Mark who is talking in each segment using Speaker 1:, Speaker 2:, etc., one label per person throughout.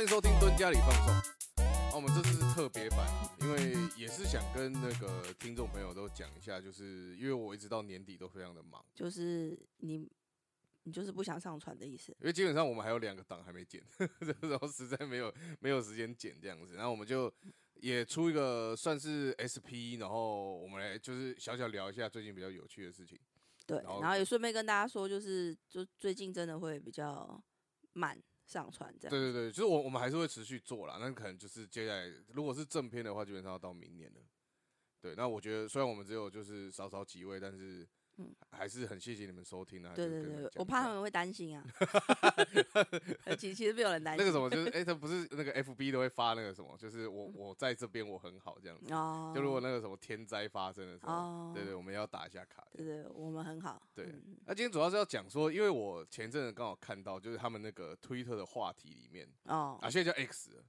Speaker 1: 迎收听《蹲家里放送》啊，我们这次是特别版，因为也是想跟那个听众朋友都讲一下，就是因为我一直到年底都非常的忙，
Speaker 2: 就是你，你就是不想上传的意思。
Speaker 1: 因为基本上我们还有两个档还没剪， 然后实在没有没有时间剪这样子，然后我们就也出一个算是 SP，然后我们来就是小小聊一下最近比较有趣的事情。
Speaker 2: 对，
Speaker 1: 然后
Speaker 2: 然后也顺便跟大家说，就是就最近真的会比较慢上传这样。
Speaker 1: 对对对，就是我我们还是会持续做啦，那可能就是接下来如果是正片的话，基本上要到明年了。对，那我觉得虽然我们只有就是少少几位，但是
Speaker 2: 嗯
Speaker 1: 还是很谢谢你们收听啊。
Speaker 2: 对
Speaker 1: 就是
Speaker 2: 对
Speaker 1: 跟你
Speaker 2: 对
Speaker 1: 们，
Speaker 2: 我
Speaker 1: 讲
Speaker 2: 怕
Speaker 1: 一下
Speaker 2: 他们会担心啊。 呃其其实没有人担
Speaker 1: 那
Speaker 2: 心。
Speaker 1: 个什么， 就是哎，他不是那个 FB 都会发那个什么，就是我我在这边我很好这样子。
Speaker 2: 嗯哦，
Speaker 1: 就如果那个什么天灾发生的时候，
Speaker 2: 哦，
Speaker 1: 对对，我们要打一下卡。
Speaker 2: 对对，我们很好。
Speaker 1: 对
Speaker 2: 嗯
Speaker 1: 那今天主要是要讲说，因为我前阵子刚好看到，就是他们那个推特的话题里面
Speaker 2: 哦
Speaker 1: 啊，现在叫 X 了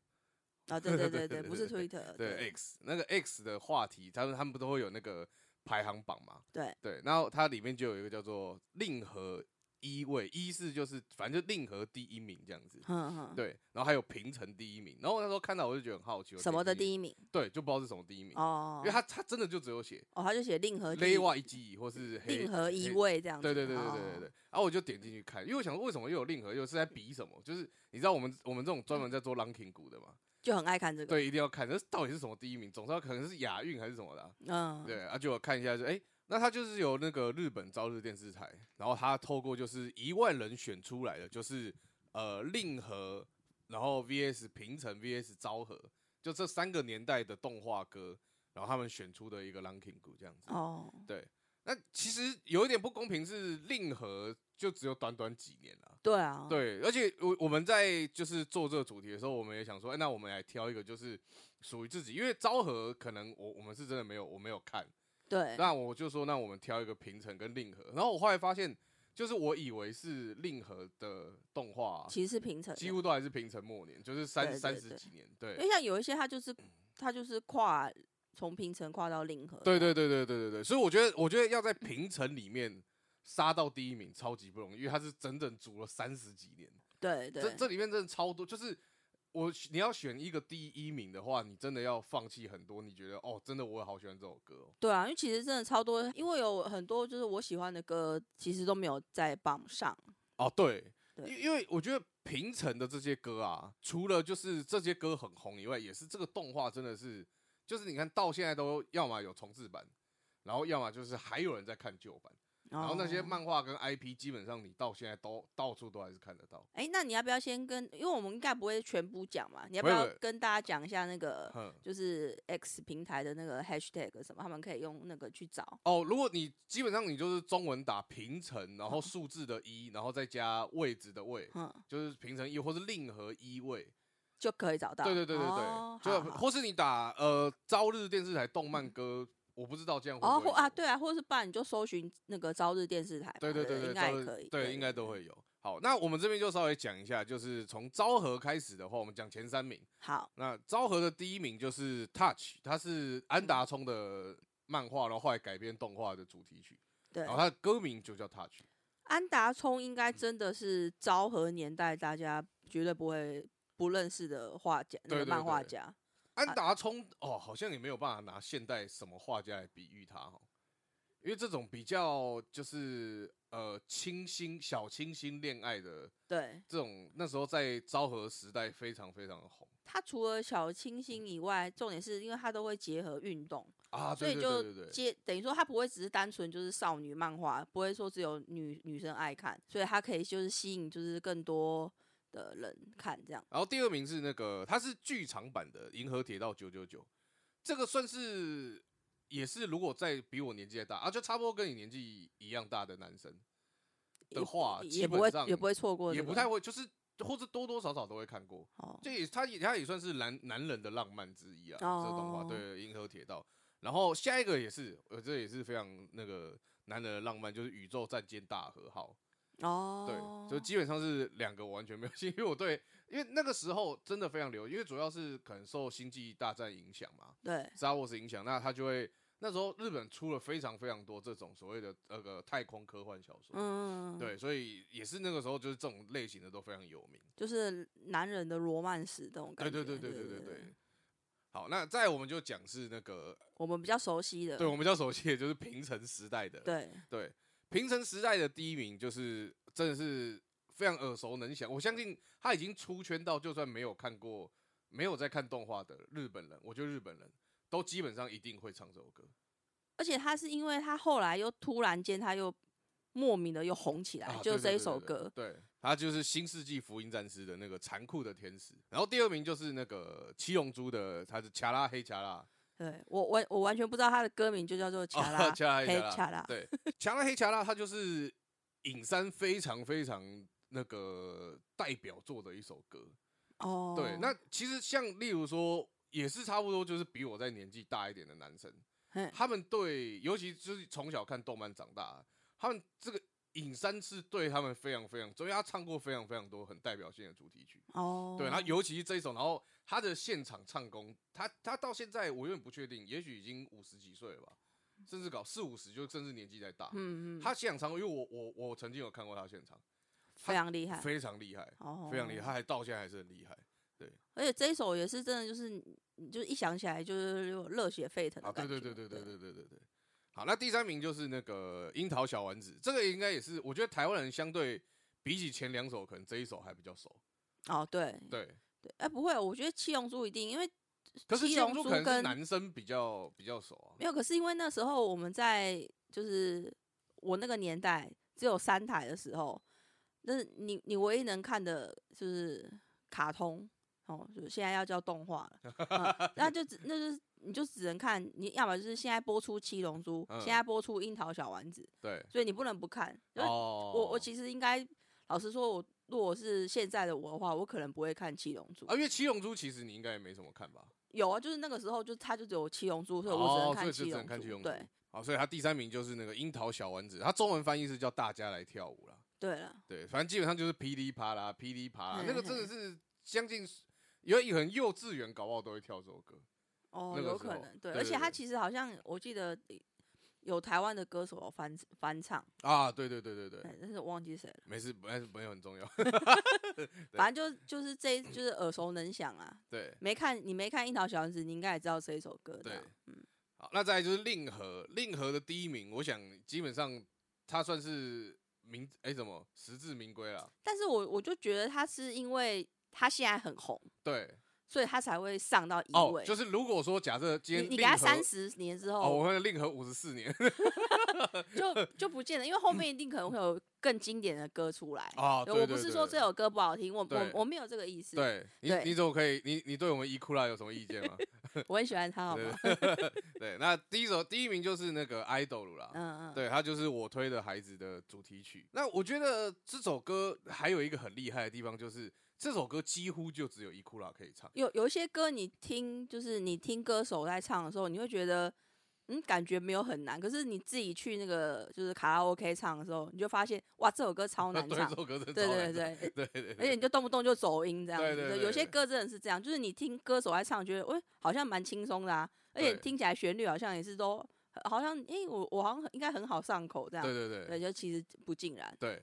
Speaker 2: 啊，对对对
Speaker 1: 对
Speaker 2: 对，
Speaker 1: 对
Speaker 2: 不是
Speaker 1: 对
Speaker 2: Twitter，
Speaker 1: 对哎 X 那个 X 的话题，他们他们不都会有那个排行榜嘛？
Speaker 2: 对
Speaker 1: 对，然后它里面就有一个叫做“令和一位”，一是就是反正就令和第一名这样子。
Speaker 2: 哼哼，
Speaker 1: 对，然后还有平成第一名，然后我那时候看到我就觉得很好奇，我
Speaker 2: 什么的
Speaker 1: 一？
Speaker 2: 第一名
Speaker 1: 对，就不知道是什么第一名，
Speaker 2: 哦
Speaker 1: 因为，他他真的就只有写
Speaker 2: 哦，他就写令和第一
Speaker 1: 勒瓦一记或是黑
Speaker 2: 令和一
Speaker 1: 黑
Speaker 2: 位这样
Speaker 1: 对
Speaker 2: 子。
Speaker 1: 对对对对对
Speaker 2: 哦
Speaker 1: 对。然后我就点进去看，因为我想说为什么又有令和，又是在比什么？就是你知道我们我们这种专门在做 ranking 股的嘛，
Speaker 2: 就很爱看这个。
Speaker 1: 对，一定要看，这到底是什么第一名？总之要可能是亚运还是什么的啊、
Speaker 2: 嗯，
Speaker 1: 对，而且我看一下就，哎，那他就是由那个日本朝日电视台，然后他透过就是一万人选出来的，就是呃令和，然后 VS 平成 VS 昭和，就这三个年代的动画歌，然后他们选出的一个 ranking 股这样子。
Speaker 2: 哦，
Speaker 1: 那其实有一点不公平是令和就只有短短几年啦。
Speaker 2: 对啊，
Speaker 1: 对，而且我我们在就是做这个主题的时候，我们也想说，哎、那我们来挑一个就是属于自己，因为昭和可能我我们是真的没有我没有看，
Speaker 2: 对，
Speaker 1: 那我就说，那我们挑一个平成跟令和。然后我后来发现，就是我以为是令和的动画、
Speaker 2: 其实是平成的，
Speaker 1: 几乎都还是平成末年，就是三
Speaker 2: 对对
Speaker 1: 三十
Speaker 2: 对
Speaker 1: 几年。
Speaker 2: 因
Speaker 1: 对，
Speaker 2: 为像有一些他就是
Speaker 1: 嗯
Speaker 2: 他就是跨从平成跨到令和，
Speaker 1: 对对对对对对对。所以我觉得，我觉得要在平成里面杀到第一名超级不容易，因为他是整整组了三十几年。
Speaker 2: 对
Speaker 1: 这
Speaker 2: 对，
Speaker 1: 这里面真的超多，就是。我你要选一个第一名的话，你真的要放弃很多。你觉得哦，真的我好喜欢这首歌、哦，
Speaker 2: 对啊，因为其实真的超多，因为有很多就是我喜欢的歌，其实都没有在榜上，
Speaker 1: 哦，对，
Speaker 2: 对
Speaker 1: 因因为我觉得平成的这些歌啊，除了就是这些歌很红以外，也是这个动画真的是，就是你看到现在都要么有重制版，然后要么就是还有人在看旧版，然后那些
Speaker 2: 哦
Speaker 1: 漫画跟 IP 基本上你到现在都到处都还是看得到。
Speaker 2: 哎，那你要不要先跟？因为我们应该不会全部讲嘛，你要
Speaker 1: 不
Speaker 2: 不
Speaker 1: 会
Speaker 2: 要
Speaker 1: 不会
Speaker 2: 跟大家讲一下那个
Speaker 1: 哼，
Speaker 2: 就是 X 平台的那个 hashtag 什么，他们可以用那个去找。
Speaker 1: 哦，如果你基本上你就是中文打平成，然后数字的一，然后再加位置的位，
Speaker 2: 嗯，
Speaker 1: 就是平成一或是令和一位，
Speaker 2: 就可以找到。
Speaker 1: 对对对对对，
Speaker 2: 哦
Speaker 1: 就
Speaker 2: 好好
Speaker 1: 或是你打呃朝日电视台动漫歌，我不知道这样会
Speaker 2: 哦，
Speaker 1: 不会
Speaker 2: 或啊，
Speaker 1: 有
Speaker 2: 对啊，或者是不然你就搜寻那个朝日电视台嘛，
Speaker 1: 对对对
Speaker 2: 对
Speaker 1: 对，
Speaker 2: 呃应该
Speaker 1: 昭
Speaker 2: 也
Speaker 1: 和
Speaker 2: 可以，
Speaker 1: 对，应该都会有。好，那我们这边就稍微讲一下，就是从昭和开始的话，我们讲前三名。
Speaker 2: 好，
Speaker 1: 那昭和的第一名就是 Touch，它是安达充的漫画，然后后来改编动画的主题曲，
Speaker 2: 对
Speaker 1: 然，后它的歌名就叫 Touch。
Speaker 2: 安达充应该真的是昭和年代大家绝对不会不认识的画家，那
Speaker 1: 对
Speaker 2: 个
Speaker 1: 对
Speaker 2: 漫画
Speaker 1: 对
Speaker 2: 家，
Speaker 1: 安达充哦，好像也没有办法拿现代什么画家来比喻他哦，因为这种比较就是呃清新小清新恋爱的
Speaker 2: 对。
Speaker 1: 这种，那时候在昭和时代非常非常的红
Speaker 2: 他除了小清新以外，重点是因为他都会结合运动，
Speaker 1: 啊，
Speaker 2: 所
Speaker 1: 对对
Speaker 2: 以
Speaker 1: 对
Speaker 2: 就
Speaker 1: 对对。
Speaker 2: 接等于说他不会只是单纯就是少女漫画，不会说只有女女生爱看，所以他可以就是吸引就是更多的人看这样。
Speaker 1: 然后第二名是那个，它是剧场版的《银河铁道九九九》，这个算是也是如果在比我年纪再大啊，就差不多跟你年纪一样大的男生
Speaker 2: 也
Speaker 1: 的话，啊基
Speaker 2: 也不
Speaker 1: 本
Speaker 2: 会
Speaker 1: 上
Speaker 2: 也不会错过、
Speaker 1: 也不太会，就是或者多多少少都会看过。
Speaker 2: 哦，
Speaker 1: 这也它也它也算是男男人的浪漫之一啊，这个动画
Speaker 2: 哦
Speaker 1: 对《银河铁道》。然后下一个也是，呃，这也是非常那个男人的浪漫，就是《宇宙战舰大和号》。
Speaker 2: 哦
Speaker 1: 对，，就基本上是两个我完全没有兴趣，因为我对，因为那个时候真的非常流，因为主要是可能受《星际大战》影响嘛，
Speaker 2: 对
Speaker 1: 《Star Wars》影响，那它就会那时候日本出了非常非常多这种所谓的那个太空科幻小说，
Speaker 2: 嗯，，
Speaker 1: 对，所以也是那个时候就是这种类型的都非常有名。
Speaker 2: 就是男人的罗曼史这种感
Speaker 1: 对
Speaker 2: 觉。
Speaker 1: 对对对对对对。好，那再我们就讲是那个，
Speaker 2: 我们比较熟悉的。
Speaker 1: 对我们比较熟悉的就是平成时代的，
Speaker 2: 呃对
Speaker 1: 对，平成时代的第一名就是真的是非常耳熟能详，我相信他已经出圈到，就算没有看过、没有在看动画的日本人，我觉得日本人都基本上一定会唱这首歌。
Speaker 2: 而且他是因为他后来又突然间他又莫名的又红起来，
Speaker 1: 啊
Speaker 2: 就
Speaker 1: 对
Speaker 2: 是这
Speaker 1: 对
Speaker 2: 一
Speaker 1: 对
Speaker 2: 首
Speaker 1: 对
Speaker 2: 歌。
Speaker 1: 对，他就是《新世纪福音战士》的那个残酷的天使，然后第二名就是那个七龙珠的，他是卡拉黑卡拉，
Speaker 2: 对我完我完全不知道他的歌名就叫做《卡拉
Speaker 1: 哦 恰拉
Speaker 2: 黑
Speaker 1: 黑恰
Speaker 2: 恰
Speaker 1: 拉
Speaker 2: 拉
Speaker 1: 对，恰拉黑恰拉，它就是影山非常非常那个代表作的一首歌。》
Speaker 2: 哦。
Speaker 1: 对，那其实像例如说，也是差不多，就是比我在年纪大一点的男生，
Speaker 2: 嘿
Speaker 1: 他们对，尤其就是从小看动漫长大，他们这个影山是对他们非常非常重要，因为他唱过非常非常多很代表性的主题曲。
Speaker 2: 哦，
Speaker 1: 对，然后尤其是这一首，然后他的现场唱功，他他到现在我有点不确定，也许已经五十几岁了吧，甚至搞四五十，就甚至年纪再大。
Speaker 2: 嗯嗯，
Speaker 1: 他现场唱，因为我我我曾经有看过他现场，
Speaker 2: 非常厉害，
Speaker 1: 非常厉害，
Speaker 2: 哦，
Speaker 1: 非常厉害，他。还到现在还是很厉害
Speaker 2: 而且这一首也是真的，就是你你就一想起来就是有热血沸腾
Speaker 1: 啊！
Speaker 2: 的感
Speaker 1: 对
Speaker 2: 觉。
Speaker 1: 对对对对对对对对。好，那第三名就是那个樱桃小丸子，这个应该也是我觉得台湾人相对比起前两首，可能这一首还比较熟。
Speaker 2: 哦对
Speaker 1: 对，
Speaker 2: 对，哎不会，我觉得七龙珠一定，因为
Speaker 1: 可是
Speaker 2: 七
Speaker 1: 七龙
Speaker 2: 龙
Speaker 1: 珠
Speaker 2: 珠
Speaker 1: 可能是
Speaker 2: 跟
Speaker 1: 男生比较比较熟啊。
Speaker 2: 没有，可是因为那时候我们在就是我那个年代只有三台的时候，那你你唯一能看的就是卡通哦，就现在要叫动画了， 嗯那就只那就是你就只能看，你要么就是现在播出《七龙珠》
Speaker 1: 嗯
Speaker 2: 现在播出《樱桃小丸子
Speaker 1: 对，》，
Speaker 2: 所以你不能不看。就是
Speaker 1: 哦
Speaker 2: 我我其实应该老实说我，如果是现在的我的话，我可能不会看《七龙珠》
Speaker 1: 啊，因为七龙珠其实你应该也没什么看吧？
Speaker 2: 有啊，就是那个时候就它就只有《七龙珠》，所以我只
Speaker 1: 哦
Speaker 2: 能
Speaker 1: 所
Speaker 2: 看
Speaker 1: 以就只能看七龙珠
Speaker 2: 对
Speaker 1: 好，所以他第三名就是那个樱桃小丸子，他中文翻译是叫大家来跳舞啦。
Speaker 2: 对了，
Speaker 1: 对，反正基本上就是噼里啪啦，噼里啪啦，
Speaker 2: 嘿
Speaker 1: 那个真的是将近，有可能幼稚园搞不好都会跳这首歌。
Speaker 2: 哦，
Speaker 1: 那个
Speaker 2: 有
Speaker 1: 时
Speaker 2: 可
Speaker 1: 候
Speaker 2: 能对，
Speaker 1: 对对
Speaker 2: 而且它
Speaker 1: 对
Speaker 2: 其实好像我记得有台湾的歌手有翻翻唱，
Speaker 1: 啊，对对对对对，
Speaker 2: 哎但是我忘记谁了，
Speaker 1: 没事，没事，没有很重要。 对
Speaker 2: 反正就就是这一就是耳熟能详啊。
Speaker 1: 对
Speaker 2: 没看你没看《樱桃小丸子》，你应该也知道这一首歌
Speaker 1: 对
Speaker 2: 的。嗯，
Speaker 1: 好，那再来就是令和，令和的第一名，我想基本上他算是名哎、什么实至名归啦。
Speaker 2: 但是我我就觉得他是因为他现在很红，
Speaker 1: 对，
Speaker 2: 所以他才会上到一
Speaker 1: 哦
Speaker 2: 位。，
Speaker 1: 就是如果说假设今
Speaker 2: 你
Speaker 1: 天
Speaker 2: 你给
Speaker 1: 令
Speaker 2: 他
Speaker 1: 和
Speaker 2: 三十年之
Speaker 1: 哦，
Speaker 2: 后，
Speaker 1: 我看令和五十四年。
Speaker 2: 就就不见了，因为后面一定可能会有更经典的歌出来。
Speaker 1: 啊，
Speaker 2: 对
Speaker 1: 对
Speaker 2: 哦我不是说这首歌不好听，我
Speaker 1: 对
Speaker 2: 我我没有这个意思。
Speaker 1: 对你
Speaker 2: 对
Speaker 1: 你怎么可以？你你对我们伊库拉有什么意见吗？
Speaker 2: 我很喜欢 他，好
Speaker 1: 对
Speaker 2: 吗？
Speaker 1: 对， 那第一首第一名就是那个 idol 啦，
Speaker 2: 嗯嗯，
Speaker 1: 对，它就是我推的孩子的主题曲。那我觉得这首歌还有一个很厉害的地方，就是这首歌几乎就只有伊库拉可以唱。
Speaker 2: 有有一些歌你听，就是你听歌手在唱的时候，你会觉得，嗯，感觉没有很难。可是你自己去那个就是卡拉 OK 唱的时候，你就发现，哇，这首歌超难
Speaker 1: 对，
Speaker 2: 唱
Speaker 1: 这。首歌真的
Speaker 2: 对
Speaker 1: 超
Speaker 2: 对
Speaker 1: 难唱
Speaker 2: 对，对
Speaker 1: 对对
Speaker 2: 而且
Speaker 1: 对
Speaker 2: 你就动不动就走音这样
Speaker 1: 对
Speaker 2: 子。
Speaker 1: 对
Speaker 2: 对
Speaker 1: 对
Speaker 2: 有些
Speaker 1: 对
Speaker 2: 歌真的是这样，就是你听歌手在唱，觉得，喂，好像蛮轻松的啊，而且
Speaker 1: 对
Speaker 2: 听起来旋律好像也是都，好像，诶，我我好像应该很好上口这样。
Speaker 1: 对对对
Speaker 2: 对，就其实不尽然。
Speaker 1: 对。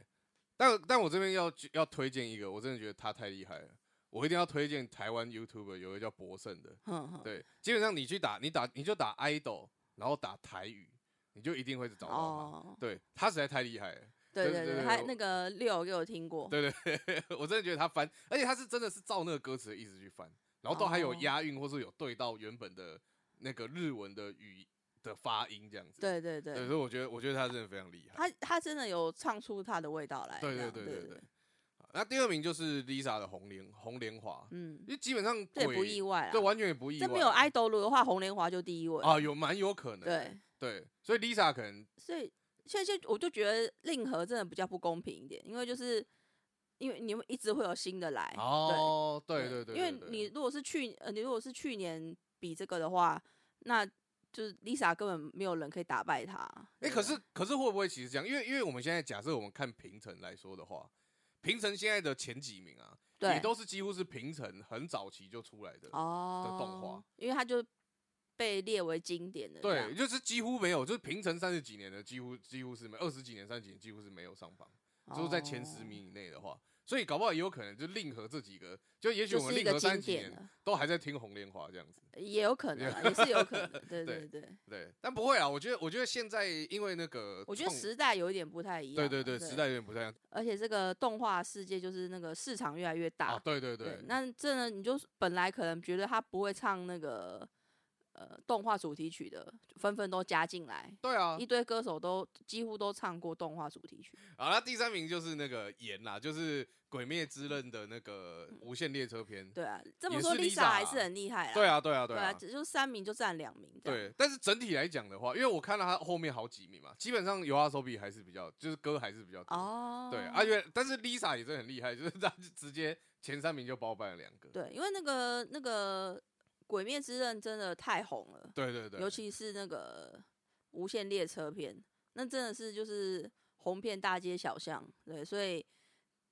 Speaker 1: 但但我这边要要推荐一个，我真的觉得他太厉害了，我一定要推荐台湾 YouTuber 有一个叫博胜的，
Speaker 2: 哼哼。
Speaker 1: 对，基本上你去打，你打你就打 idol，然后打台语，你就一定会找到他。
Speaker 2: 哦，
Speaker 1: 对他实在太厉害了，
Speaker 2: 对
Speaker 1: 对
Speaker 2: 对
Speaker 1: 对对
Speaker 2: 对，还
Speaker 1: 我
Speaker 2: 那个六给我听过。
Speaker 1: 对对对， 我真的觉得他翻，而且他是真的是照那个歌词的意思去翻，然后都还有
Speaker 2: 哦
Speaker 1: 押韵，或是有对到原本的那个日文的语的发音这样子。
Speaker 2: 对对
Speaker 1: 对，
Speaker 2: 对。
Speaker 1: 所以我觉得我觉得他真的非常厉害。
Speaker 2: 他他真的有唱出他的味道来。
Speaker 1: 对
Speaker 2: 这
Speaker 1: 对
Speaker 2: 样
Speaker 1: 对
Speaker 2: 对
Speaker 1: 对对。好那第二名就是 Lisa 的红莲红莲华，
Speaker 2: 嗯
Speaker 1: 因，为基本上
Speaker 2: 这也
Speaker 1: 鬼
Speaker 2: 不意外
Speaker 1: 对，
Speaker 2: 啊。
Speaker 1: 完全也不意外。
Speaker 2: 这没有爱豆路的话，红莲华就第一位。
Speaker 1: 啊，有蛮有可能。
Speaker 2: 对，
Speaker 1: 对，所以 Lisa 可能
Speaker 2: 所以现在就我就觉得令和真的比较不公平一点，因为就是因为你们一直会有新的来。
Speaker 1: 哦，对对对，
Speaker 2: 哎因为
Speaker 1: 对
Speaker 2: 你如果是去呃，你如果是去年比这个的话，那就是 Lisa 根本没有人可以打败他。
Speaker 1: 哎、
Speaker 2: 对
Speaker 1: 可
Speaker 2: 不
Speaker 1: 是可是会不会其实这样？因为因为我们现在假设我们看平城来说的话，平城现在的前几名啊，
Speaker 2: 对
Speaker 1: 也都是几乎是平城很早期就出来的。
Speaker 2: 哦
Speaker 1: 动画
Speaker 2: 因为他就被列为经典的这样。
Speaker 1: 对，就是几乎没有，就是平成三十几年的几乎几乎是没，二十几年、三十几年几乎是没有上榜，只有在前十
Speaker 2: 哦
Speaker 1: 名以内的话，所以搞不好也有可能就令和这几个，就也许
Speaker 2: 就
Speaker 1: 我们
Speaker 2: 是一
Speaker 1: 令
Speaker 2: 个
Speaker 1: 和三
Speaker 2: 经
Speaker 1: 十几
Speaker 2: 典
Speaker 1: 年
Speaker 2: 了，
Speaker 1: 都还在听红莲华这样子。
Speaker 2: 也有 可能啊，也是有可能的。对
Speaker 1: 对
Speaker 2: 对对，
Speaker 1: 对，但不会啊，我觉得我觉得现在因为那个
Speaker 2: 我觉得
Speaker 1: 创
Speaker 2: 时代有一点不太一样
Speaker 1: 对
Speaker 2: 啊。
Speaker 1: 对对，时代有点不太一样
Speaker 2: 而且这个动画世界就是那个市场越来越大，
Speaker 1: 啊，对对
Speaker 2: 对
Speaker 1: 对，，
Speaker 2: 那真的你就是本来可能觉得他不会唱那个呃动画主题曲的，纷纷都加进来，
Speaker 1: 对啊
Speaker 2: 一，堆歌手都几乎都唱过动画主题曲。
Speaker 1: 好那第三名就是那个岩啦，就是《鬼灭之刃》的那个《无限列车篇》。
Speaker 2: 嗯对啊，这
Speaker 1: 也
Speaker 2: 么说
Speaker 1: 是
Speaker 2: Lisa
Speaker 1: Lisa
Speaker 2: 还
Speaker 1: 啊
Speaker 2: 是很厉害啦。
Speaker 1: 对
Speaker 2: 啊，
Speaker 1: 啊，对啊，
Speaker 2: 对
Speaker 1: 啊，
Speaker 2: 只就三名就占两名这样。
Speaker 1: 对。但是整体来讲的话，因为我看到他后面好几名嘛，基本上有阿手比还是比较，就是歌还是比较多。
Speaker 2: 哦，
Speaker 1: 对，啊而且但是 Lisa 也真的很厉害，就是她直接前三名就包办了两个。
Speaker 2: 对，因为那个那个《鬼灭之刃》真的太红了，
Speaker 1: 对对对，
Speaker 2: 尤其是那个《无限列车篇》，那真的是就是红遍大街小巷，对，所以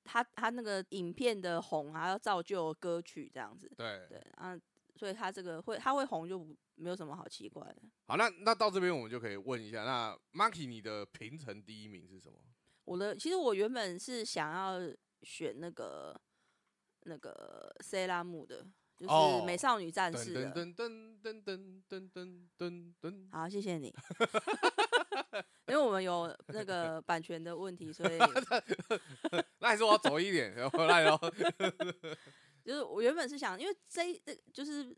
Speaker 2: 他他那个影片的红啊还要造就歌曲这样子，
Speaker 1: 对
Speaker 2: 对啊，所以他这个会他会红就不没有什么好奇怪的。
Speaker 1: 好，那那到这边我们就可以问一下，那 Marky 你的评成第一名是什么？
Speaker 2: 我的其实我原本是想要选那个那个塞拉姆的，就是
Speaker 1: 哦
Speaker 2: 美少女战士的。
Speaker 1: 噔噔噔噔噔噔噔噔噔。
Speaker 2: 好，谢谢你。 因为我们有那个版权的问题， 所以
Speaker 1: 那还是我要走一点， 然后 来喽。
Speaker 2: 就是我原本是想，因为这一这就是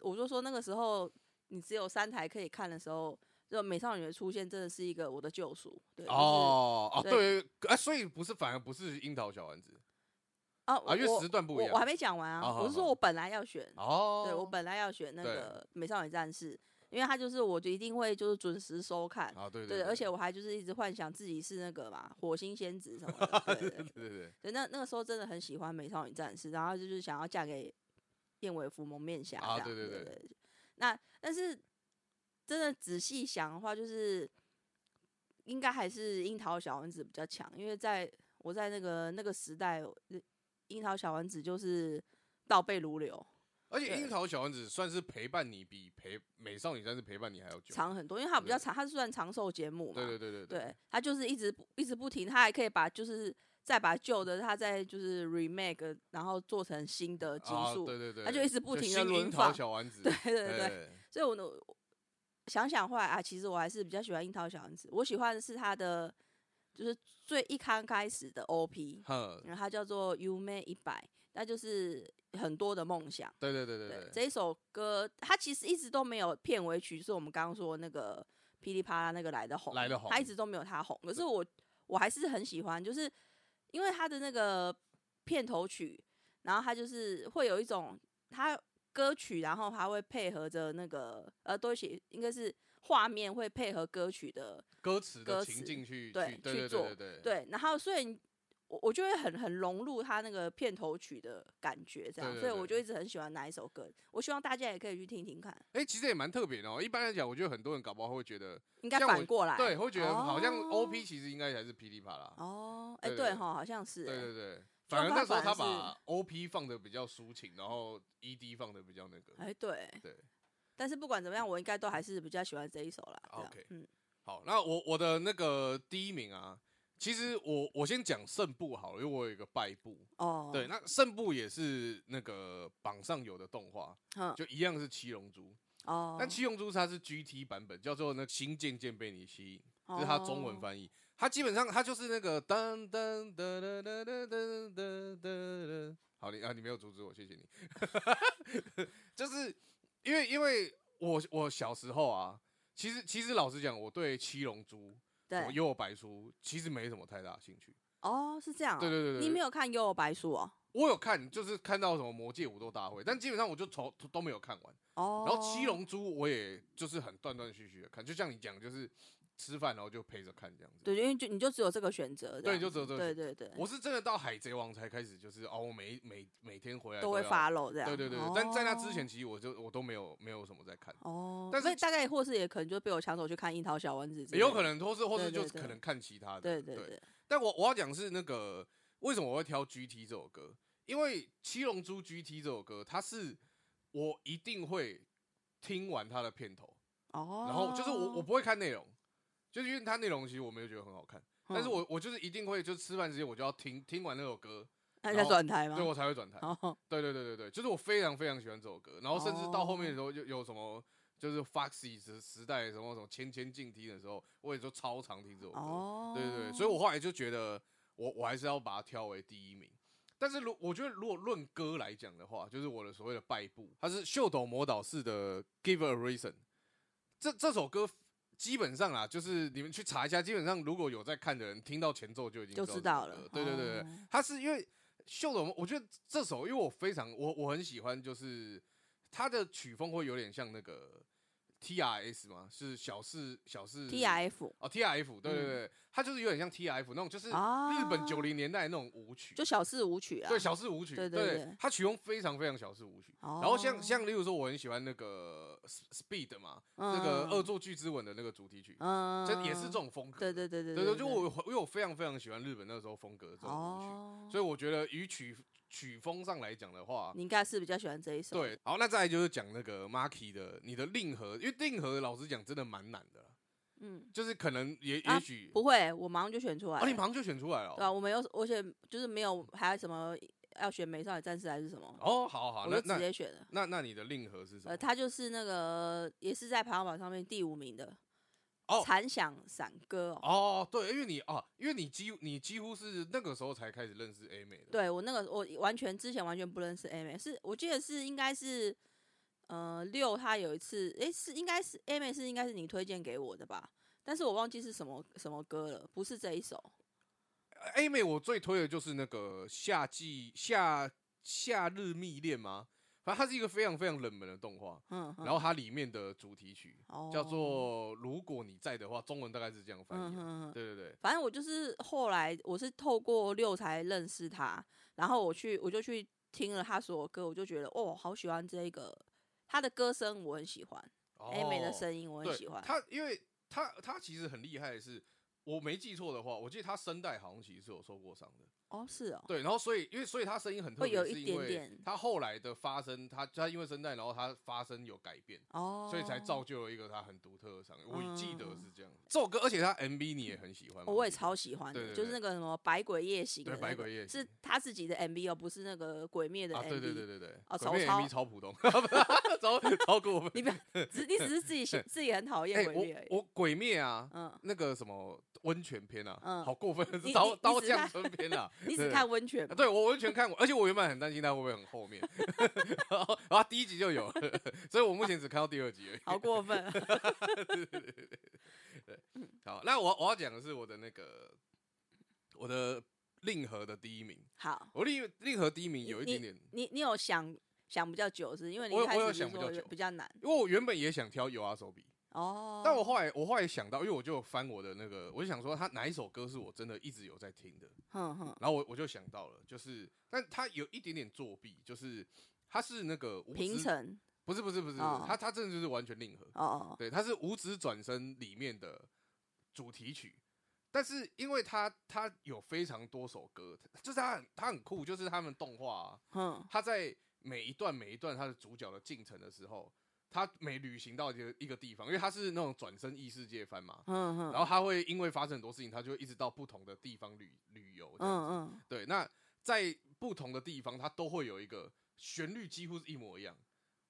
Speaker 2: 我就说那个时候你只有三台可以看的时候，就美少女的出现真的是一个我的救赎。对，就是、
Speaker 1: 哦哦，
Speaker 2: 对
Speaker 1: 对，啊，所以不是，反而不是樱桃小丸子
Speaker 2: 啊，
Speaker 1: 啊，
Speaker 2: 我
Speaker 1: 因为时段不一
Speaker 2: 我
Speaker 1: 样。
Speaker 2: 我还没讲完啊，
Speaker 1: 好好
Speaker 2: 我是说
Speaker 1: 好
Speaker 2: 我本来要选，
Speaker 1: 哦，
Speaker 2: 对我本来要选那
Speaker 1: 对
Speaker 2: 个美少女战士，因为它就是我就一定会就是准时收看。
Speaker 1: 啊，对
Speaker 2: 对，
Speaker 1: 对，
Speaker 2: 而且我还就是一直幻想自己是那个嘛火星仙子什么的，对对
Speaker 1: 对
Speaker 2: 对
Speaker 1: 对对，
Speaker 2: 对，那那个时候真的很喜欢美少女战士，然后就是想要嫁给燕尾服蒙面侠这
Speaker 1: 啊
Speaker 2: 样。
Speaker 1: 对对
Speaker 2: 对
Speaker 1: 对
Speaker 2: 那但是真的仔细想的话，就是应该还是樱桃小丸子比较强，因为在我在那个那个时代，樱桃小丸子就是倒背如流，
Speaker 1: 而且
Speaker 2: 对
Speaker 1: 樱桃小丸子算是陪伴你比陪美少女战士陪伴你还要久。
Speaker 2: 长很多，因为它比较
Speaker 1: 对
Speaker 2: 长，它是算长寿节目嘛。
Speaker 1: 对对对对
Speaker 2: 对，他就是一直不一直不停，他还可以把就是再把旧的他再就是 remake，然后做成新的集
Speaker 1: 啊
Speaker 2: 数。
Speaker 1: 对对对，
Speaker 2: 它就一直不停地
Speaker 1: 新
Speaker 2: 轮
Speaker 1: 樱桃
Speaker 2: 放
Speaker 1: 小丸子，
Speaker 2: 对对对 对，
Speaker 1: 对
Speaker 2: 所以我呢想想后来啊，其实我还是比较喜欢樱桃小丸子，我喜欢的是他的就是最一刚开始的 OP，
Speaker 1: 哼，
Speaker 2: 然后它叫做 You m a e 一百，那就是很多的梦想。
Speaker 1: 对对对对对，
Speaker 2: 这一首歌它其实一直都没有片尾曲，就是我们刚刚说那个噼里啪啦那个来的红，
Speaker 1: 来得
Speaker 2: 它一
Speaker 1: 红
Speaker 2: 直都没有它红。可是我我还是很喜欢，就是因为它的那个片头曲，然后它就是会有一种它歌曲，然后它会配合着那个呃，对不起，应该是画面会配合歌曲的
Speaker 1: 歌词的
Speaker 2: 歌
Speaker 1: 情
Speaker 2: 词
Speaker 1: 境去去
Speaker 2: 对
Speaker 1: 对
Speaker 2: 去
Speaker 1: 对
Speaker 2: 做
Speaker 1: 对对对
Speaker 2: 对，然后所以你我我就会很很融入他那个片头曲的感觉，这样，
Speaker 1: 对对
Speaker 2: 所以我
Speaker 1: 对
Speaker 2: 就一直很喜欢哪一首歌。我希望大家也可以去听听看，
Speaker 1: 哎，其实也蛮特别的哦。一般来讲，我觉得很多人搞不好会觉得，
Speaker 2: 应该
Speaker 1: 像我
Speaker 2: 反过来，
Speaker 1: 对，会觉得好像
Speaker 2: 哎哦
Speaker 1: OP 其实应该还是噼里啪啦。
Speaker 2: 哦，哎、
Speaker 1: 对对
Speaker 2: 对哈，好像是、
Speaker 1: 对对
Speaker 2: 欸，
Speaker 1: 对，反而
Speaker 2: 他
Speaker 1: 那时候
Speaker 2: 反
Speaker 1: 他
Speaker 2: 而
Speaker 1: 把 OP 放的比较抒情，然后 ED 放的比较那个。
Speaker 2: 哎、对，
Speaker 1: 对，嗯
Speaker 2: 但是不管怎么样，我应该都还是比较喜欢这一首啦。这样
Speaker 1: OK
Speaker 2: 嗯，
Speaker 1: 好，那我我的那个第一名啊，其实我我先讲胜部好了，因为我有一个败部。
Speaker 2: 哦，
Speaker 1: 对，，那胜部也是那个榜上有的动画，
Speaker 2: 嗯，
Speaker 1: 就一样是七龙珠，
Speaker 2: 哦，
Speaker 1: 但七龙珠它是 GT 版本，叫做那《新渐渐被你吸引》，这是它中文
Speaker 2: 哦
Speaker 1: 翻译。它基本上它就是那个噔噔噔噔噔噔噔噔噔。好，你啊，你没有阻止我，谢谢你。 就是因为因为我我小时候啊，其实其实老实讲，我对七龙珠、什么
Speaker 2: 对，
Speaker 1: 幽游白书其实没什么太大的兴趣。
Speaker 2: 哦，是这样、哦，
Speaker 1: 对对对对
Speaker 2: 你
Speaker 1: 对
Speaker 2: 没有看《幽游白书》哦，
Speaker 1: 我有看，就是看到什么魔界武斗大会，但基本上我就从都没有看完。
Speaker 2: 哦，
Speaker 1: 然后七龙珠我也就是很断断续续的看，就像你讲，就是吃饭然后就陪着看这样子。
Speaker 2: 对，因为就你就只有这个选择，这
Speaker 1: 对
Speaker 2: 样
Speaker 1: 就只有这个
Speaker 2: 对对对，
Speaker 1: 我是真的到海贼王才开始，就是哦，我每每每天回来
Speaker 2: 都会
Speaker 1: 要
Speaker 2: 发漏这样，
Speaker 1: 对对对对，但在那之
Speaker 2: 哦
Speaker 1: 前，其实我就我都没有没有什么在看，
Speaker 2: 哦，
Speaker 1: 但
Speaker 2: 但
Speaker 1: 是
Speaker 2: 是大概或是也可能就被我抢走去看樱桃小丸子之
Speaker 1: 也
Speaker 2: 类的，
Speaker 1: 有可能或是或是
Speaker 2: 对对
Speaker 1: 就是
Speaker 2: 对
Speaker 1: 可能看其他的。
Speaker 2: 对，对对
Speaker 1: 对但我我要讲是那个为什么我会挑 GT 这首歌，因为《七龙珠 GT》这首歌，它是我一定会听完他的片头，
Speaker 2: 哦，
Speaker 1: 然后就是我我不会看内容，就是因为它内容其实我没有觉得很好看，但是
Speaker 2: 嗯
Speaker 1: 我我就是一定会就是吃饭之前我就要听听完那首歌，
Speaker 2: 那你
Speaker 1: 然后
Speaker 2: 在转台吗？
Speaker 1: 对我才会转台。
Speaker 2: 啊哦，
Speaker 1: 对对对对对，就是我非常非常喜欢这首歌，然后甚至到后面的时
Speaker 2: 哦
Speaker 1: 候就有什么。就是 Foxy 时时代什么什么千千静听的时候，我也就超常听这首歌。
Speaker 2: 哦，
Speaker 1: 对对对，所以我后来就觉得我我还是要把它挑为第一名。但是如我觉得如果论歌来讲的话，就是我的所谓的败部，它是秀斗魔导士的《Give a Reason》。这这首歌基本上啊，就是你们去查一下，基本上如果有在看的人，听到前奏就已经
Speaker 2: 就
Speaker 1: 这
Speaker 2: 知
Speaker 1: 首
Speaker 2: 道
Speaker 1: 歌
Speaker 2: 了。
Speaker 1: 对对对对，
Speaker 2: 哦
Speaker 1: 它是因为秀斗，我觉得这首因为我非常我我很喜欢，就是它的曲风会有点像那个 T R S 嘛，是小四小四
Speaker 2: T R F
Speaker 1: 哦，T R F，对
Speaker 2: 嗯
Speaker 1: 对对，它就是有点像 T R F 那种，就是日本
Speaker 2: 啊
Speaker 1: 九零年代那种舞曲，
Speaker 2: 就小四舞曲啊，
Speaker 1: 对小式舞曲，
Speaker 2: 对对
Speaker 1: 对
Speaker 2: 对，
Speaker 1: 它曲风非常非常小式舞曲。
Speaker 2: 哦，
Speaker 1: 然后像像例如说，我很喜欢那个 S- Speed 嘛，那个《恶作剧之吻》的那个主题曲，
Speaker 2: 嗯嗯，嗯，
Speaker 1: 这也是这种风格。
Speaker 2: 对对对对
Speaker 1: 对对，
Speaker 2: 对，
Speaker 1: 就我因为我非常非常喜欢日本那时候风格的这种舞
Speaker 2: 哦
Speaker 1: 曲，，所以我觉得与曲曲风上来讲的话，
Speaker 2: 你应该是比较喜欢这一首，
Speaker 1: 对，好，那再来就是讲那个 Marky 的你的令和，因为令和老实讲真的蛮难的啦，
Speaker 2: 嗯，
Speaker 1: 就是可能也
Speaker 2: 啊
Speaker 1: 也许
Speaker 2: 不会，我马上就选出来
Speaker 1: 嗯哦，
Speaker 2: 了，
Speaker 1: 你马上就选出来了哦、
Speaker 2: 对啊，我没有，而且就是没有还有什么要选美少女战士还是什么，
Speaker 1: 哦，好好，
Speaker 2: 我
Speaker 1: 那
Speaker 2: 就直
Speaker 1: 那
Speaker 2: 接选了。
Speaker 1: 那那你的令和是什么？
Speaker 2: 呃，他就是那个也是在排行榜上面第五名的
Speaker 1: 哦
Speaker 2: 《残响散歌》哦。
Speaker 1: 哦，对，因为你哦，因为你几乎你几乎是那个时候才开始认识 A 美的，，
Speaker 2: 对我那个我完全之前完全不认识 A 妹，是我记得是应该是呃六他有一次，诶是应该是 A 妹是应该是你推荐给我的吧？但是我忘记是什么什么歌了，不是这一首
Speaker 1: 呃 A 美我最推的就是那个夏季夏夏日密恋吗？反正它是一个非常非常冷门的动画，
Speaker 2: 嗯，嗯
Speaker 1: 然后它里面的主题曲
Speaker 2: 哦
Speaker 1: 叫做《如果你在的话》，中文大概是这样翻
Speaker 2: 嗯
Speaker 1: 译啊。
Speaker 2: 嗯嗯，
Speaker 1: 对对对，
Speaker 2: 反正我就是后来我是透过六才认识他，然后我去我就去听了他所有歌，我就觉得哦，好喜欢这个他的歌声，我很喜欢、A 妹的
Speaker 1: 哦
Speaker 2: 声音，我很
Speaker 1: 对
Speaker 2: 喜欢。
Speaker 1: 他，因为他他其实很厉害的是，我没记错的话，我记得他声带好像其实是有受过伤的。
Speaker 2: 哦，是哦，
Speaker 1: 对，然后所以因为所以他声音很特
Speaker 2: 会
Speaker 1: 别，
Speaker 2: 有
Speaker 1: 是
Speaker 2: 一
Speaker 1: 因
Speaker 2: 点
Speaker 1: 为
Speaker 2: 点
Speaker 1: 他后来的发声，他他因为声带，然后他发声有改变，
Speaker 2: 哦，
Speaker 1: 所以才造就了一个他很独特的嗓音。我记得
Speaker 2: 嗯
Speaker 1: 是这样。这首歌，而且他 MV 你也很喜欢吗，啊
Speaker 2: 哦我也
Speaker 1: 记得
Speaker 2: 超喜欢的，
Speaker 1: 对对
Speaker 2: 就是
Speaker 1: 对
Speaker 2: 那个什么《百鬼夜行》
Speaker 1: 对
Speaker 2: 的那个、
Speaker 1: 百鬼夜
Speaker 2: 是
Speaker 1: 行
Speaker 2: 他自己的 MV 哦，不是那个《鬼灭》的 MV。
Speaker 1: 啊，对对对对对，
Speaker 2: 哦
Speaker 1: 鬼灭
Speaker 2: 超
Speaker 1: MV 超普通，超超过 分。
Speaker 2: 你不要，只你只是自己喜自己很讨厌
Speaker 1: 哎，
Speaker 2: 鬼灭而已。
Speaker 1: 我我鬼灭啊，
Speaker 2: 嗯，
Speaker 1: 那个什么温泉篇啊，
Speaker 2: 嗯
Speaker 1: 好过分，
Speaker 2: 你
Speaker 1: 是
Speaker 2: 你
Speaker 1: 刀
Speaker 2: 你
Speaker 1: 刀
Speaker 2: 只
Speaker 1: 匠
Speaker 2: 看
Speaker 1: 村篇啊
Speaker 2: ，你
Speaker 1: 对
Speaker 2: 只看温泉嘛，
Speaker 1: 对我完全看过，而且我原本很担心它会不会很后面， 然后然后第一集就有了，所以我目前只看到第二集而已。
Speaker 2: 好过分、 啊。
Speaker 1: 好，那我我要讲的是我的那个我的令和的第一名，
Speaker 2: 好，
Speaker 1: 我令令和第一名有一
Speaker 2: 你
Speaker 1: 点点，
Speaker 2: 你你有想想比较久是不是因为你
Speaker 1: 我
Speaker 2: 一
Speaker 1: 有
Speaker 2: 开
Speaker 1: 我有
Speaker 2: 始就
Speaker 1: 想比较
Speaker 2: 说
Speaker 1: 久
Speaker 2: 比较难
Speaker 1: 因为我原本也想挑有阿手比，
Speaker 2: 哦。
Speaker 1: 但我后来我后来想到，因为我就翻我的那个，我就想说他哪一首歌是我真的一直有在听的，
Speaker 2: 哼哼，
Speaker 1: 然后我我就想到了，就是但他有一点点作弊，就是他是那个无
Speaker 2: 平
Speaker 1: 知，
Speaker 2: 成
Speaker 1: 不是不是不是，
Speaker 2: 哦
Speaker 1: 他他真的就是完全令和。
Speaker 2: 哦，
Speaker 1: 对，它是《五指转身》里面的主题曲，但是因为它它有非常多首歌，就是它很它很酷，就是他们动画、啊，
Speaker 2: 哼，
Speaker 1: 它在每一段每一段它的主角的进程的时候，它每旅行到一个一个地方，因为它是那种转身异世界番嘛，
Speaker 2: 嗯
Speaker 1: 然
Speaker 2: 哼，
Speaker 1: 后它会因为发生很多事情，它就会一直到不同的地方旅旅游，嗯，
Speaker 2: 嗯
Speaker 1: 对，那在不同的地方，它都会有一个旋律几乎是一模一样，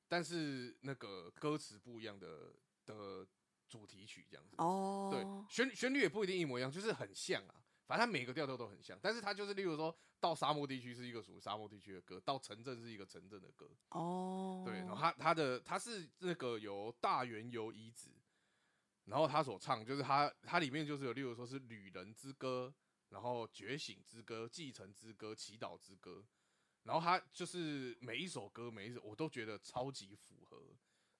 Speaker 1: 但是那个歌词不一样的的主题曲这样子。
Speaker 2: 嗯，哦，
Speaker 1: 对，旋旋律也不一定一模一样，就是很像啊。反正它每个调调都很像，但是它就是，例如说到沙漠地区是一个属于沙漠地区的歌，到城镇是一个城镇的歌。
Speaker 2: 哦，
Speaker 1: 对，然后他他的他是那个由大原由遗子，然后他所唱就是他他里面就是有，例如说是《旅人之歌》，然后《觉醒之歌》、《继承之歌》、《祈祷之歌》，然后他就是每一首歌每一首我都觉得超级符合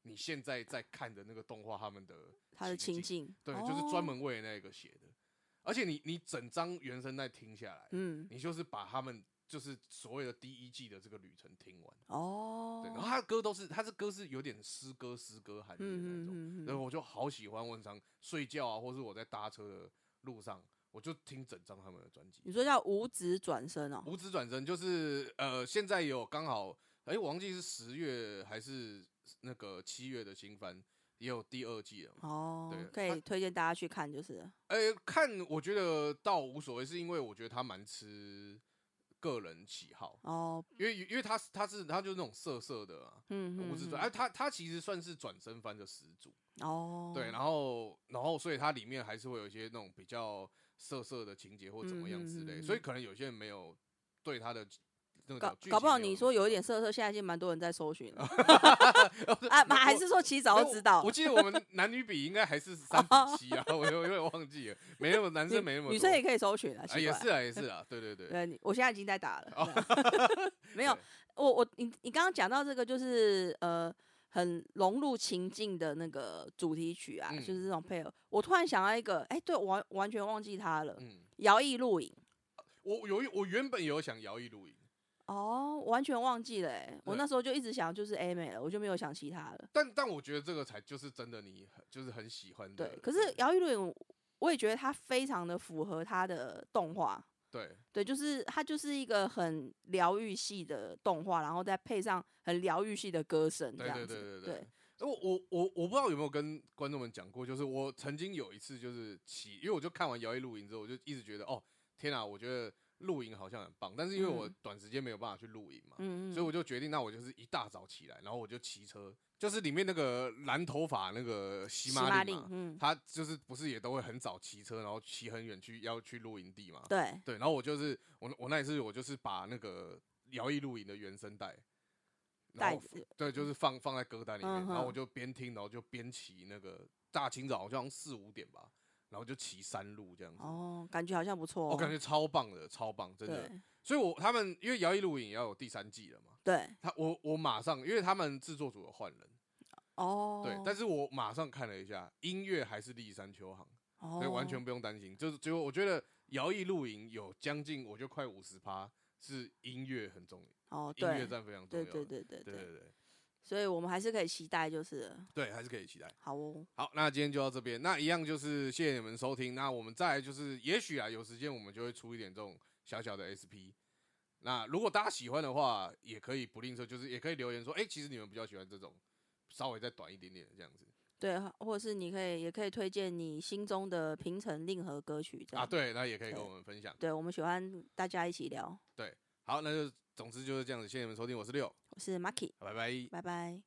Speaker 1: 你现在在看的那个动画他们的
Speaker 2: 他的情
Speaker 1: 情景，
Speaker 2: 境，
Speaker 1: 对，就是专
Speaker 2: 哦，
Speaker 1: 门为那个写的，而且你你整张原声带听下来，
Speaker 2: 嗯，
Speaker 1: 你就是把他们就是所谓的第一季的这个旅程听完。
Speaker 2: 哦，
Speaker 1: 对，然后他的歌都是，他这歌是有点诗歌诗歌含义的那种，
Speaker 2: 嗯嗯嗯
Speaker 1: 然
Speaker 2: 嗯
Speaker 1: 后我就好喜欢，我很常睡觉啊，或是我在搭车的路上，我就听整张他们的专辑。
Speaker 2: 你说叫五指转身哦，
Speaker 1: 无指转身就是呃，现在有刚好，哎、我忘记是十月还是那个七月的新番也有第二季了嘛。
Speaker 2: 哦
Speaker 1: 对，
Speaker 2: 可
Speaker 1: 它
Speaker 2: 以推荐大家去看，就是了
Speaker 1: 哎、看我觉得倒无所谓，是因为我觉得它蛮吃个人喜好，
Speaker 2: 哦，
Speaker 1: 因为因为它是它是它就是那种色色的啊。
Speaker 2: 嗯，
Speaker 1: 无知
Speaker 2: 嗯
Speaker 1: 者，哎、
Speaker 2: 嗯
Speaker 1: 它它其实算是转身番的始祖，
Speaker 2: 哦，
Speaker 1: 对，然后然后所以它里面还是会有一些那种比较色色的情节或怎么样之类，
Speaker 2: 嗯嗯嗯嗯
Speaker 1: 所以可能有些人没有对它的那个
Speaker 2: 搞
Speaker 1: 叫剧
Speaker 2: 搞不好
Speaker 1: 情没
Speaker 2: 你说有一点色色，现在已经蛮多人在搜 寻了啊，
Speaker 1: 啊
Speaker 2: 蛮还是说其实早就知道
Speaker 1: 我
Speaker 2: 了，
Speaker 1: 记得我们男女比应该还是三比七 啊，我有有点忘记了，没那么男生
Speaker 2: 女
Speaker 1: 没那么多
Speaker 2: 女生也可以搜寻了，
Speaker 1: 啊
Speaker 2: 奇
Speaker 1: 也
Speaker 2: 怪
Speaker 1: 是啊也是啊，对对对，
Speaker 2: 对，你我现在已经在打了。
Speaker 1: 哦
Speaker 2: 对啊 没有
Speaker 1: 对，
Speaker 2: 我我你你刚刚讲到这个，就是呃，很融入情境的那个主题曲啊，
Speaker 1: 嗯
Speaker 2: 就是这种配合。我突然想到一个，哎、对我完完全忘记它了，
Speaker 1: 嗯，
Speaker 2: 摇曳露营。
Speaker 1: 我有一我原本有想摇曳露营，
Speaker 2: 哦，我完全忘记了、哎，我
Speaker 1: 对
Speaker 2: 那时候就一直想就是 A 美了，我就没有想其他了。
Speaker 1: 但但我觉得这个才就是真的你很就是很喜欢的
Speaker 2: 对
Speaker 1: 人，，
Speaker 2: 可是摇曳露营，我也觉得它非常的符合它的动画。
Speaker 1: 对
Speaker 2: 对，就是它就是一个很疗愈系的动画，然后再配上很疗愈系的歌声，这
Speaker 1: 对
Speaker 2: 样
Speaker 1: 对对
Speaker 2: 子。
Speaker 1: 对对。我我我我不知道有没有跟观众们讲过，就是我曾经有一次就是起，因为我就看完摇曳露营之后，我就一直觉得哦天啊，我觉得露营好像很棒，但是因为我
Speaker 2: 嗯
Speaker 1: 短时间没有办法去露营嘛，
Speaker 2: 嗯嗯，
Speaker 1: 所以我就决定，那我就是一大早起来，然后我就骑车，就是里面那个蓝头发那个西
Speaker 2: 喜
Speaker 1: 马
Speaker 2: 马
Speaker 1: 利
Speaker 2: 令
Speaker 1: 嘛，，
Speaker 2: 嗯，
Speaker 1: 他就是不是也都会很早骑车，然后骑很远去要去露营地嘛。
Speaker 2: 对，
Speaker 1: 对，然后我就是我我那一次我就是把那个摇曳露营的原声带，然
Speaker 2: 带
Speaker 1: 后对，就是放放在歌单里面，
Speaker 2: 嗯哼
Speaker 1: 然后我就边听，然后就边骑那个大清早好像四五点吧，然后就骑山路这样子，
Speaker 2: 哦，感觉好像不错、哦，
Speaker 1: 嗯我感觉超棒的，超棒，真的。
Speaker 2: 对
Speaker 1: 所以我他们因为摇曳露营也要有第三季了嘛。
Speaker 2: 对
Speaker 1: 他我我马上，因为他们制作组有换人，
Speaker 2: 哦，
Speaker 1: 对，但是我马上看了一下，音乐还是立山秋行，
Speaker 2: 哦
Speaker 1: 所以完全不用担心。就是结果我觉得摇曳露营有将近，我就快五十趴是音乐很重要，
Speaker 2: 哦，
Speaker 1: 音乐
Speaker 2: 对
Speaker 1: 占非常重
Speaker 2: 对
Speaker 1: 要的。
Speaker 2: 对对对
Speaker 1: 对
Speaker 2: 对，
Speaker 1: 对对
Speaker 2: 所以我们还是可以期待，就是了
Speaker 1: 对还是可以期待。
Speaker 2: 好哦，
Speaker 1: 好，那今天就到这边，那一样就是谢谢你们收听。那我们再来就是，也许啊有时间我们就会出一点这种小小的 SP。那如果大家喜欢的话，也可以不吝啬，就是也可以留言说，哎、其实你们比较喜欢这种稍微再短一点点的这样子。
Speaker 2: 对，或者是你可以也可以推荐你心中的平成令和歌曲这样
Speaker 1: 啊，，对，那也可以跟
Speaker 2: 对
Speaker 1: 我们分享。
Speaker 2: 对我们喜欢大家一起聊，
Speaker 1: 好，那就总之就是这样子，谢谢你们收听，我是六，
Speaker 2: 我是 Maki，
Speaker 1: 拜拜。
Speaker 2: 拜拜。